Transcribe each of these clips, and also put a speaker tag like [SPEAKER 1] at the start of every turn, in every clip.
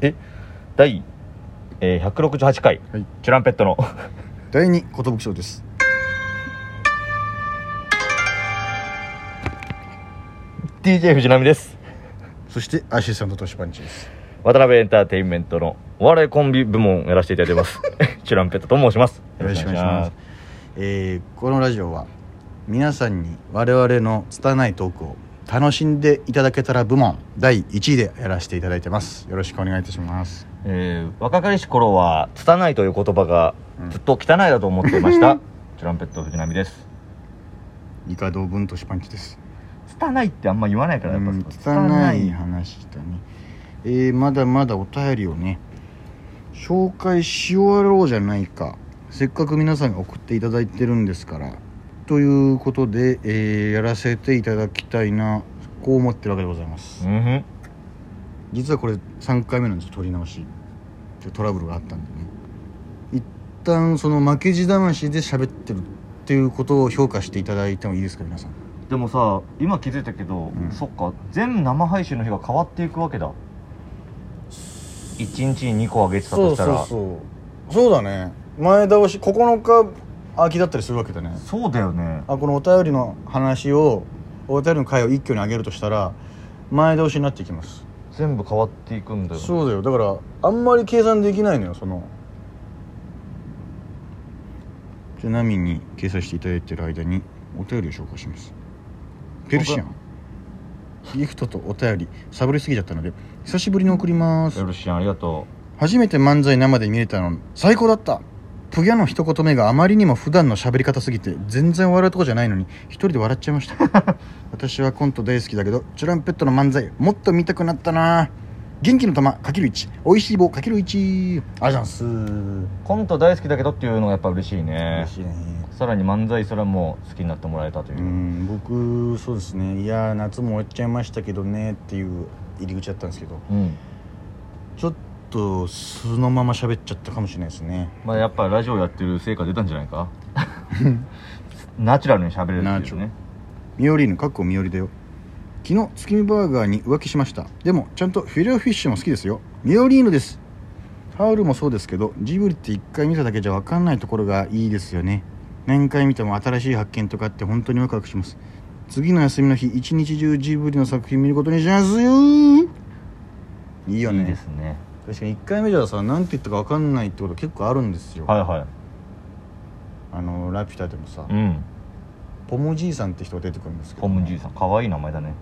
[SPEAKER 1] え第、えー、168回、
[SPEAKER 2] はい
[SPEAKER 1] チュランペットの
[SPEAKER 2] 第二寿賞です
[SPEAKER 1] 「DJ 藤波」です
[SPEAKER 2] そしてアシスタントトシパンチです
[SPEAKER 1] 渡辺エンターテインメントのお笑いコンビ部門をやらせていただいてます チュランペットと申します
[SPEAKER 2] よろしくお願いしますえーこのラジオは皆さんに我々の拙いトークを楽しんでいただけたら部門第1位でやらせていただいてますよろしくお願いいたします
[SPEAKER 1] えー若かりし頃は「拙い」という言葉が
[SPEAKER 2] うん
[SPEAKER 1] ずっと汚いだと思っていま した、チュランペット藤波です
[SPEAKER 2] 二課堂分トシパンチです
[SPEAKER 1] 拙いってあんま言わないからやっぱ
[SPEAKER 2] うん
[SPEAKER 1] 拙
[SPEAKER 2] 汚い話だねえーまだまだお便りをね紹介し終わろうじゃないかせっかく皆さんが送っていただいてるんですからということで、えーやらせていただきたいなこう思ってるわけでございます
[SPEAKER 1] うんふん
[SPEAKER 2] 実はこれ3回目なんですよ撮り直しちょっとトラブルがあったんでね一旦その負けじ魂で喋ってるっていうことを評価していただいてもいいですか皆さん
[SPEAKER 1] でもさ今気づいたけど、
[SPEAKER 2] うん
[SPEAKER 1] そっか全生配信の日が変わっていくわけだ1日に2個上げてた
[SPEAKER 2] そ
[SPEAKER 1] と
[SPEAKER 2] う
[SPEAKER 1] した
[SPEAKER 2] そ
[SPEAKER 1] ら
[SPEAKER 2] うそうそうだね前倒し9日空きだったりするわけだね
[SPEAKER 1] そうだよね
[SPEAKER 2] あこのお便りの話をお便りの回を一挙に上げるとしたら前倒しになっていきます
[SPEAKER 1] 全部変わっていくんだよね
[SPEAKER 2] そうだよだからあんまり計算できないのよそのちなみに掲載していただいてる間にお便りを紹介しますペルシアンギフトとお便りサボりすぎちゃったので久しぶりに送ります
[SPEAKER 1] よろしいありがと
[SPEAKER 2] 初めて漫才生で見れたの最高だったプギャの一言目があまりにも普段の喋り方すぎて全然笑うとこじゃないのに一人で笑っちゃいました私はコント大好きだけどチュランペットの漫才もっと見たくなったな元気の玉かける1おいしい棒かける1ありがとうございます
[SPEAKER 1] うコント大好きだけどっていうのがやっぱ嬉しいね
[SPEAKER 2] 嬉しいね
[SPEAKER 1] さらに漫才すらも好きになってもらえたというう、
[SPEAKER 2] ん僕そうですねいやー夏も終わっちゃいましたけどねっていう入り口だったんですけど
[SPEAKER 1] うん
[SPEAKER 2] ちょっと素のまま喋っちゃったかもしれないですね
[SPEAKER 1] まあ、やっぱラジオやってる成果出たんじゃない かナチュラルに喋れるっていうね
[SPEAKER 2] ミオリーヌかっこミオリだよ昨日月見バーガーに浮気しましたでもちゃんとフィレオフィッシュも好きですよミオリーヌですハウルもそうですけどジブリって一回見ただけじゃ分かんないところがいいですよね何回見ても新しい発見とかあって本当にワクワクします次の休みの日一日中ジブリの作品見ることにしますよいいよね
[SPEAKER 1] いいですね
[SPEAKER 2] 確かに1回目じゃさ何て言ったか分かんないってこと結構あるんですよ、
[SPEAKER 1] はいは
[SPEAKER 2] あのラピュタでもさ、
[SPEAKER 1] いうん
[SPEAKER 2] ポムじいさんって人が出てくるんですけど
[SPEAKER 1] ホムじいさん可愛い名前だね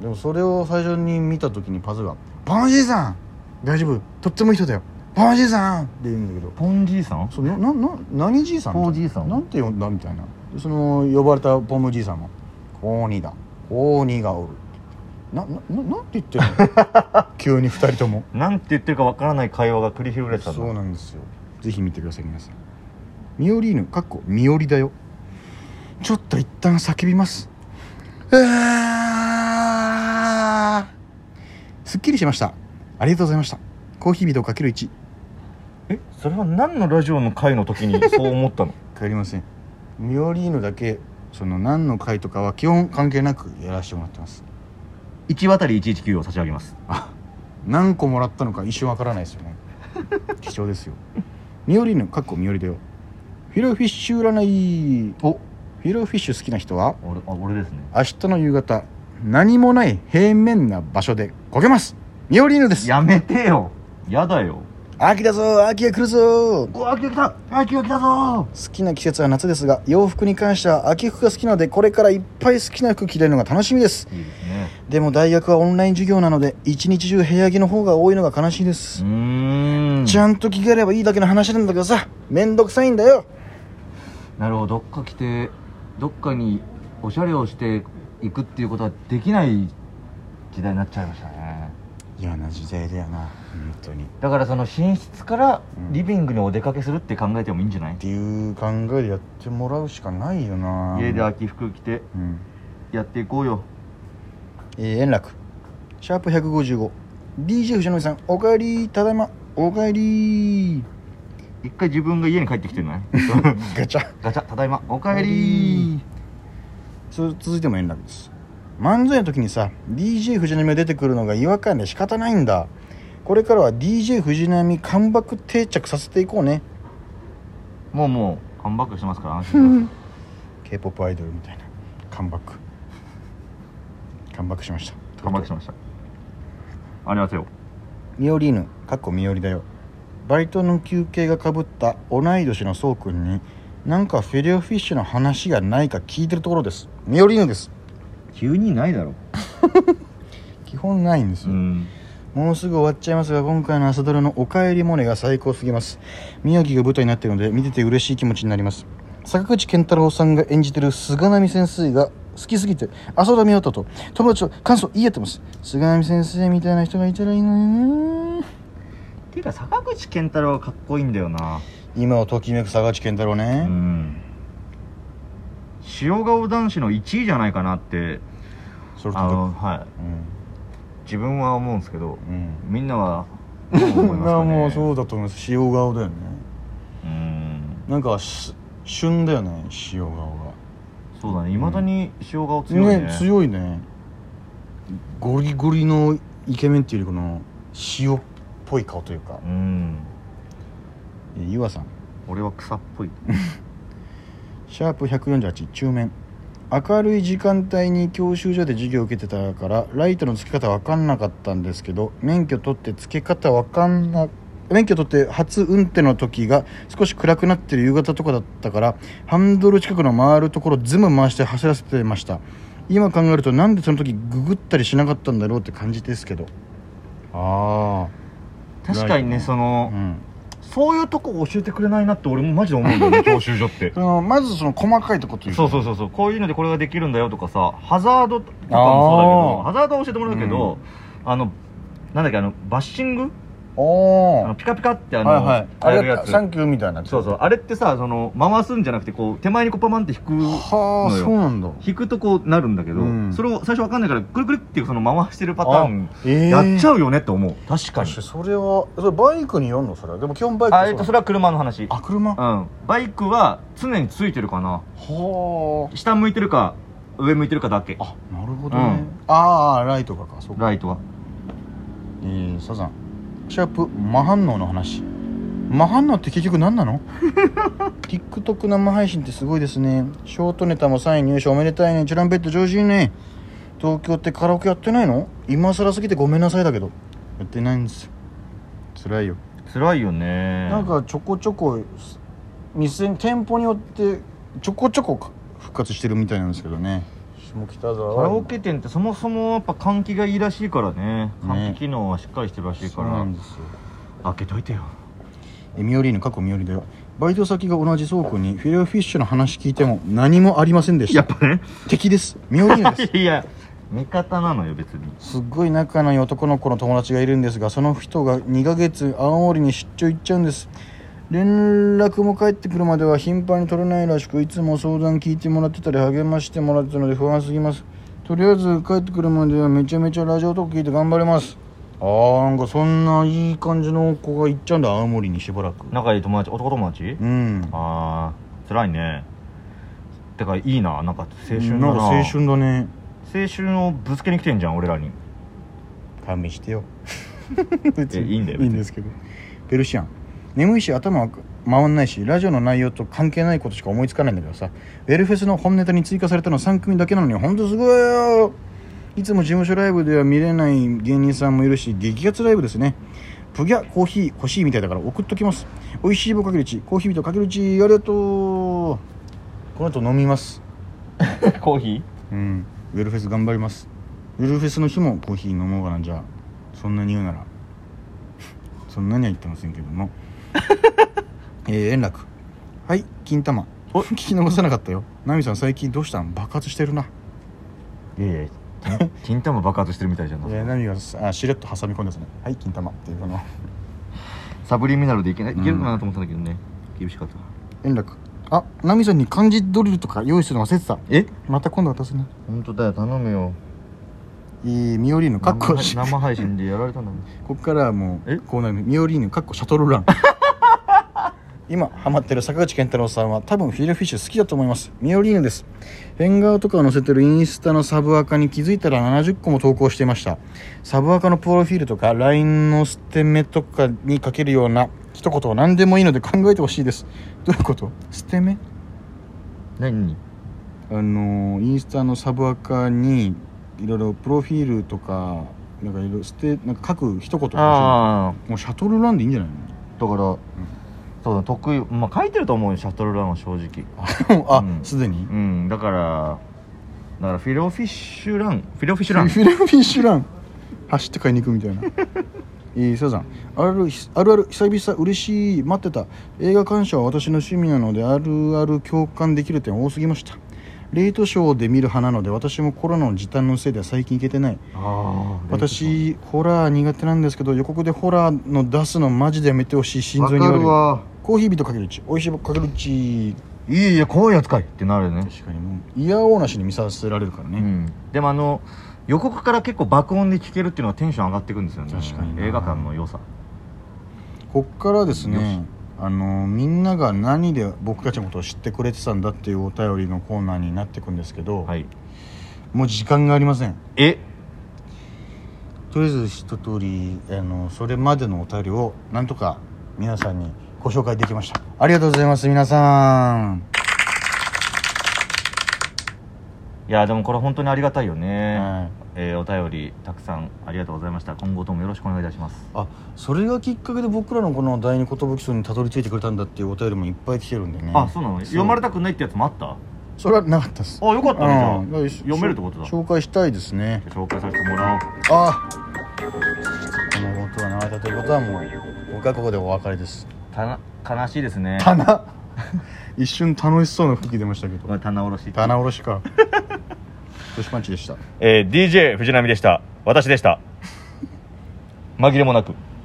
[SPEAKER 2] でもそれを最初に見た時にパズが「パンジーさん大丈夫とってもいい人だよパンジーさん!」って言うんだけど
[SPEAKER 1] ポンじいさん
[SPEAKER 2] 「そうななな何じいさん?」
[SPEAKER 1] ポーじいさん
[SPEAKER 2] なんて呼んだみたいなでその呼ばれたポムじいさんも「コーニーだコーニーがおる」ななななんて言ってる の急に二人とも
[SPEAKER 1] なんて言ってるかわからない会話が繰り広げられてたんだ
[SPEAKER 2] そうなんですよぜひ見てください皆さんミオリーヌかっこミオリだよちょっと一旦叫びますうわーすっきりしましたありがとうございましたコーヒービドかける1
[SPEAKER 1] えそれは何のラジオの会の時にそう思った の
[SPEAKER 2] 帰りませんミオリーヌだけその何の回とかは基本関係なくやらせてもらってます
[SPEAKER 1] 1渡り119を差し上げます
[SPEAKER 2] 何個もらったのか一瞬わからないですよ ね貴重ですよミオリーヌかっこミオリだよフィロフィッシュ占いおフィロフィッシュ好きな人は
[SPEAKER 1] 俺あ俺ですね
[SPEAKER 2] 明日の夕方何もない平面な場所でこけますミオリーヌです
[SPEAKER 1] やめてよやだよ
[SPEAKER 2] 秋だぞ秋が来るぞ
[SPEAKER 1] お秋が来た秋が来たぞ
[SPEAKER 2] 好きな季節は夏ですが洋服に関しては秋服が好きなのでこれからいっぱい好きな服着れるのが楽しみです
[SPEAKER 1] いいですね
[SPEAKER 2] でも大学はオンライン授業なので一日中部屋着の方が多いのが悲しいで
[SPEAKER 1] う
[SPEAKER 2] す、
[SPEAKER 1] ーん
[SPEAKER 2] ちゃんと着替えればいいだけの話なんだけどさめんどくさいんだよ
[SPEAKER 1] なるほどどっか来てどっかにおしゃれをしていくっていうことはできない時代になっちゃいましたね
[SPEAKER 2] 嫌な時代だよな本当にっ
[SPEAKER 1] だからその寝室から
[SPEAKER 2] うん
[SPEAKER 1] リビングにお出かけするって考えてもいいんじゃない、
[SPEAKER 2] ていう考えでやってもらうしかないよな
[SPEAKER 1] 家で秋服着て
[SPEAKER 2] うん
[SPEAKER 1] やっていこうよ
[SPEAKER 2] えー円楽シャープ 155DJ 藤波さんおかえりただいまおかえり
[SPEAKER 1] 一回自分が家に帰ってきてるない
[SPEAKER 2] ガチャ
[SPEAKER 1] ガチャただいまおかえ
[SPEAKER 2] お
[SPEAKER 1] り
[SPEAKER 2] そ続いても円楽です漫才の時にさ DJ 藤波が出てくるのが違和感で仕方ないんだこれからは DJ 藤波感爆定着させていこうね
[SPEAKER 1] もうもうカムバックしてますから安心
[SPEAKER 2] k p o p アイドルみたいな感爆感爆しました
[SPEAKER 1] カムバックしましたありがとう
[SPEAKER 2] ミオリーヌかっこミオリだよバイトの休憩がかぶった同い年のそうくんになんかフィレオフィッシュの話がないか聞いてるところですミオリーヌです
[SPEAKER 1] 急にないだろ
[SPEAKER 2] 基本ないんです
[SPEAKER 1] う
[SPEAKER 2] よ、
[SPEAKER 1] ん
[SPEAKER 2] もうすぐ終わっちゃいますが今回の朝ドラの「おかえりモネ」が最高すぎます宮城が舞台になっているので見てて嬉しい気持ちになります坂口健太郎さんが演じてる菅波先生が好きすぎて朝ドラ見ようとと友達と感想言い合ってます菅波先生みたいな人がいたらいいのにな
[SPEAKER 1] ていうか坂口健太郎かっこいいんだよな
[SPEAKER 2] 今をときめく坂口健太郎
[SPEAKER 1] う
[SPEAKER 2] ね、
[SPEAKER 1] ん塩顔男子の1位じゃないかなって
[SPEAKER 2] それと
[SPEAKER 1] あ
[SPEAKER 2] か
[SPEAKER 1] のはい
[SPEAKER 2] うん
[SPEAKER 1] 自分は思うんですけ ど
[SPEAKER 2] うん
[SPEAKER 1] みんなはどう思います
[SPEAKER 2] ま
[SPEAKER 1] か、
[SPEAKER 2] あ
[SPEAKER 1] ね、
[SPEAKER 2] もうそうだと思います塩顔だよね
[SPEAKER 1] うん
[SPEAKER 2] なんかし旬だよね塩顔が
[SPEAKER 1] そうだねいまだに塩顔強いね
[SPEAKER 2] ね強いねゴリゴリのイケメンっていうよりこの塩っぽい顔というか
[SPEAKER 1] うん
[SPEAKER 2] えゆわさん
[SPEAKER 1] 俺は草っ ぽい
[SPEAKER 2] シャープ148中面明るい時間帯に教習所で授業を受けてたからライトの付け方分かんなかったんですけど免許取って付け方分かんな免許取って初運転の時が少し暗くなってる夕方とかだったからハンドル近くの回るところズム回して走らせてました今考えるとなんでその時ググったりしなかったんだろうって感じですけどあ
[SPEAKER 1] 確かにねそ
[SPEAKER 2] あう
[SPEAKER 1] の、
[SPEAKER 2] ん
[SPEAKER 1] そういうとこ教えてくれないなって俺もマジで思うんだよね教習所 って
[SPEAKER 2] そのまずその細かいとこというか
[SPEAKER 1] そうそうそうそうこういうのでこれができるんだよとかさハザードとかもそうだけどハザードは教えてもらうけど、あのなんだっけあのバッシングあ
[SPEAKER 2] お
[SPEAKER 1] の
[SPEAKER 2] ー
[SPEAKER 1] ピカピカってあの、
[SPEAKER 2] はいはいあ
[SPEAKER 1] やる
[SPEAKER 2] れ
[SPEAKER 1] や
[SPEAKER 2] が
[SPEAKER 1] つ
[SPEAKER 2] サンキューみたいな
[SPEAKER 1] そうそうあれってさその回すんじゃなくてこう手前にこうパマンって引く
[SPEAKER 2] は
[SPEAKER 1] の
[SPEAKER 2] あ
[SPEAKER 1] よ
[SPEAKER 2] そうなんだ
[SPEAKER 1] 引くとこうなるんだけど、
[SPEAKER 2] うん
[SPEAKER 1] それを最初わかんないからくるくるっていうその回してるパターン
[SPEAKER 2] あえ
[SPEAKER 1] やっちゃ
[SPEAKER 2] う
[SPEAKER 1] うよねって思う、確かに
[SPEAKER 2] それはそれバイクによんのそれはでも基本バイク
[SPEAKER 1] あえっとそれは車の話
[SPEAKER 2] あ車は
[SPEAKER 1] うんバイクは常についてるかな
[SPEAKER 2] あ
[SPEAKER 1] 下向いてるか上向いてるかだけ
[SPEAKER 2] あなるほど
[SPEAKER 1] う
[SPEAKER 2] ね
[SPEAKER 1] ん
[SPEAKER 2] ああライトがかそうか
[SPEAKER 1] ライトは
[SPEAKER 2] えーサザンシャープ真反応の話真反応って結局何な の TikTok 生配信ってすごいですねショートネタも3位入賞おめでたいねチュランペット上手いね東京ってカラオケやってないの今更すぎてごめんなさいだけどやってないんですよ辛いよ
[SPEAKER 1] 辛いよね
[SPEAKER 2] なんかちょこちょこ店店舗によってちょこちょこ復活してるみたいなんですけどね下北沢
[SPEAKER 1] カラオケ店ってそもそもやっぱ換気がいいらしいからね換気機能はしっかりしてるらしいか
[SPEAKER 2] そう
[SPEAKER 1] ら、
[SPEAKER 2] なんですよ
[SPEAKER 1] 開けといてよ
[SPEAKER 2] えミオリーヌ過去ミオリだよバイト先が同じ倉庫にフィレオフィッシュの話聞いても何もありませんでし
[SPEAKER 1] やったぱね
[SPEAKER 2] 敵ですミオリーヌ です
[SPEAKER 1] いや味方なのよ別に
[SPEAKER 2] すっごい仲のいい男の子の友達がいるんですがその人が2ヶ月青森に出張行っちゃうんです連絡も返ってくるまでは頻繁に取れないらしくいつも相談聞いてもらってたり励ましてもらってたので不安すぎますとりあえず帰ってくるまではめちゃめちゃラジオとか聞いて頑張れますあーなんかそんないい感じの子が行っちゃうんだ青森にしばらく
[SPEAKER 1] 仲いい友達男友達、
[SPEAKER 2] うん
[SPEAKER 1] ああ辛いねてかいいななんか青春だな
[SPEAKER 2] なんか青春だね
[SPEAKER 1] 青春をぶつけに来てんじゃん俺ら に
[SPEAKER 2] 勘弁してよ 別
[SPEAKER 1] いいんだよ
[SPEAKER 2] いいんですけどペルシアン眠いし頭は回んないしラジオの内容と関係ないことしか思いつかないんだけどさウェルフェスの本ネタに追加されたの3組だけなのにほんとすごいよいつも事務所ライブでは見れない芸人さんもいるし激アツライブですねプギャコーヒー欲しいみたいだから送っときます美味しい棒かけるちコーヒービートかけるちありがとうこの後飲みます
[SPEAKER 1] コーヒー
[SPEAKER 2] うんウェルフェス頑張りますウェルフェスの日もコーヒー飲もうかなじゃあそんなに言うなら そんなには言ってませんけども えー、円楽はい金玉お 聞き逃さなかったよナミさん最近どうしたん爆発してるない
[SPEAKER 1] やいや金 金玉爆発してるみたいじゃ
[SPEAKER 2] えー、
[SPEAKER 1] ん
[SPEAKER 2] ナミがあしれっと挟み込んですねはい金玉っていうこの
[SPEAKER 1] サブリミナルでいけないい
[SPEAKER 2] うん
[SPEAKER 1] けるかなと思ったんだけどね厳しかった
[SPEAKER 2] 円楽あナミさんに漢字ドリルとか用意するの忘れてた
[SPEAKER 1] え
[SPEAKER 2] また今度渡すね
[SPEAKER 1] 本当だよ頼むよ
[SPEAKER 2] えー、ミオリーヌかっ
[SPEAKER 1] 生
[SPEAKER 2] こ
[SPEAKER 1] 配生配信でやられたんだもん
[SPEAKER 2] こっからはも
[SPEAKER 1] え
[SPEAKER 2] うこうなるミオリーヌかっこシャトルラン今ハマってる坂口健太郎さんは多分フィレフィッシュ好きだと思いますミオリーヌです変顔とかを載せてるインスタのサブアカに気づいたら70個も投稿していましたサブアカのプロフィールとか LINE の捨て目とかにかけるような一言を何でもいいので考えてほしいですどういうこと捨て目
[SPEAKER 1] 何
[SPEAKER 2] あのインスタのサブアカにいろいろプロフィールとかなんかいろいろ捨てなんか書く一言も
[SPEAKER 1] あ
[SPEAKER 2] うシャトルランでいいんじゃないの
[SPEAKER 1] あだから、そうだ得意まあ書いてると思うよシャトルランは正直
[SPEAKER 2] あ
[SPEAKER 1] うん
[SPEAKER 2] すでに
[SPEAKER 1] うんだからだからフィロフィッシュランフィロフィッシュ
[SPEAKER 2] フ
[SPEAKER 1] ラン
[SPEAKER 2] ィレフィッシュラン走って買いに行くみたいな えー、サザンあるあるある久々嬉しい待ってた映画鑑賞は私の趣味なのであるある共感できる点多すぎましたレイトショーで見る派なので私もコロナの時短のせいで最近行けてない
[SPEAKER 1] ああ
[SPEAKER 2] 私ホラー苦手なんですけど予告でホラーの出すのマジでやめてほしい心
[SPEAKER 1] わか
[SPEAKER 2] 臓に悪い
[SPEAKER 1] るわ
[SPEAKER 2] コーヒービートかけるうちおいしいかけるうち
[SPEAKER 1] いやいや怖いやつかいってなるよね
[SPEAKER 2] 確かにもう嫌おうなしに見させられるから
[SPEAKER 1] う
[SPEAKER 2] ね、
[SPEAKER 1] んでもあの予告から結構爆音で聴けるっていうのはテンション上がってくんですよね
[SPEAKER 2] 確かにな
[SPEAKER 1] 映画館の良さ
[SPEAKER 2] こっからです
[SPEAKER 1] よし
[SPEAKER 2] ねあのみんなが何で僕たちのことを知ってくれてたんだっていうお便りのコーナーになっていくんですけど、
[SPEAKER 1] はい
[SPEAKER 2] もう時間がありません
[SPEAKER 1] え
[SPEAKER 2] とりあえず一通りあのそれまでのお便りをなんとか皆さんにご紹介できましたありがとうございます皆さん、
[SPEAKER 1] いやでもこれ本当にありがたいよね、
[SPEAKER 2] はい
[SPEAKER 1] えーお便りたくさんありがとうございました今後ともよろしくお願いいたします
[SPEAKER 2] あそれがきっかけで僕らのこの第二寿荘にたどり着いてくれたんだっていうお便りもいっぱい来てるんでね
[SPEAKER 1] あそうなの読まれ
[SPEAKER 2] た
[SPEAKER 1] たくないってやつもあった
[SPEAKER 2] それはなかったです
[SPEAKER 1] あよかったねじゃ
[SPEAKER 2] う
[SPEAKER 1] あ
[SPEAKER 2] ん
[SPEAKER 1] 読めるってことだじゃ
[SPEAKER 2] 紹介したいですね
[SPEAKER 1] あ紹介させてもらおう
[SPEAKER 2] ああこの音が流れたということはもう僕はここでお別れです
[SPEAKER 1] たな悲しいですね
[SPEAKER 2] 棚 一瞬楽しそうな吹き出ましたけ
[SPEAKER 1] これ
[SPEAKER 2] ど
[SPEAKER 1] 棚卸し
[SPEAKER 2] 棚卸しか トシパンチでした
[SPEAKER 1] えー、DJ 藤波でした私でした紛れもなく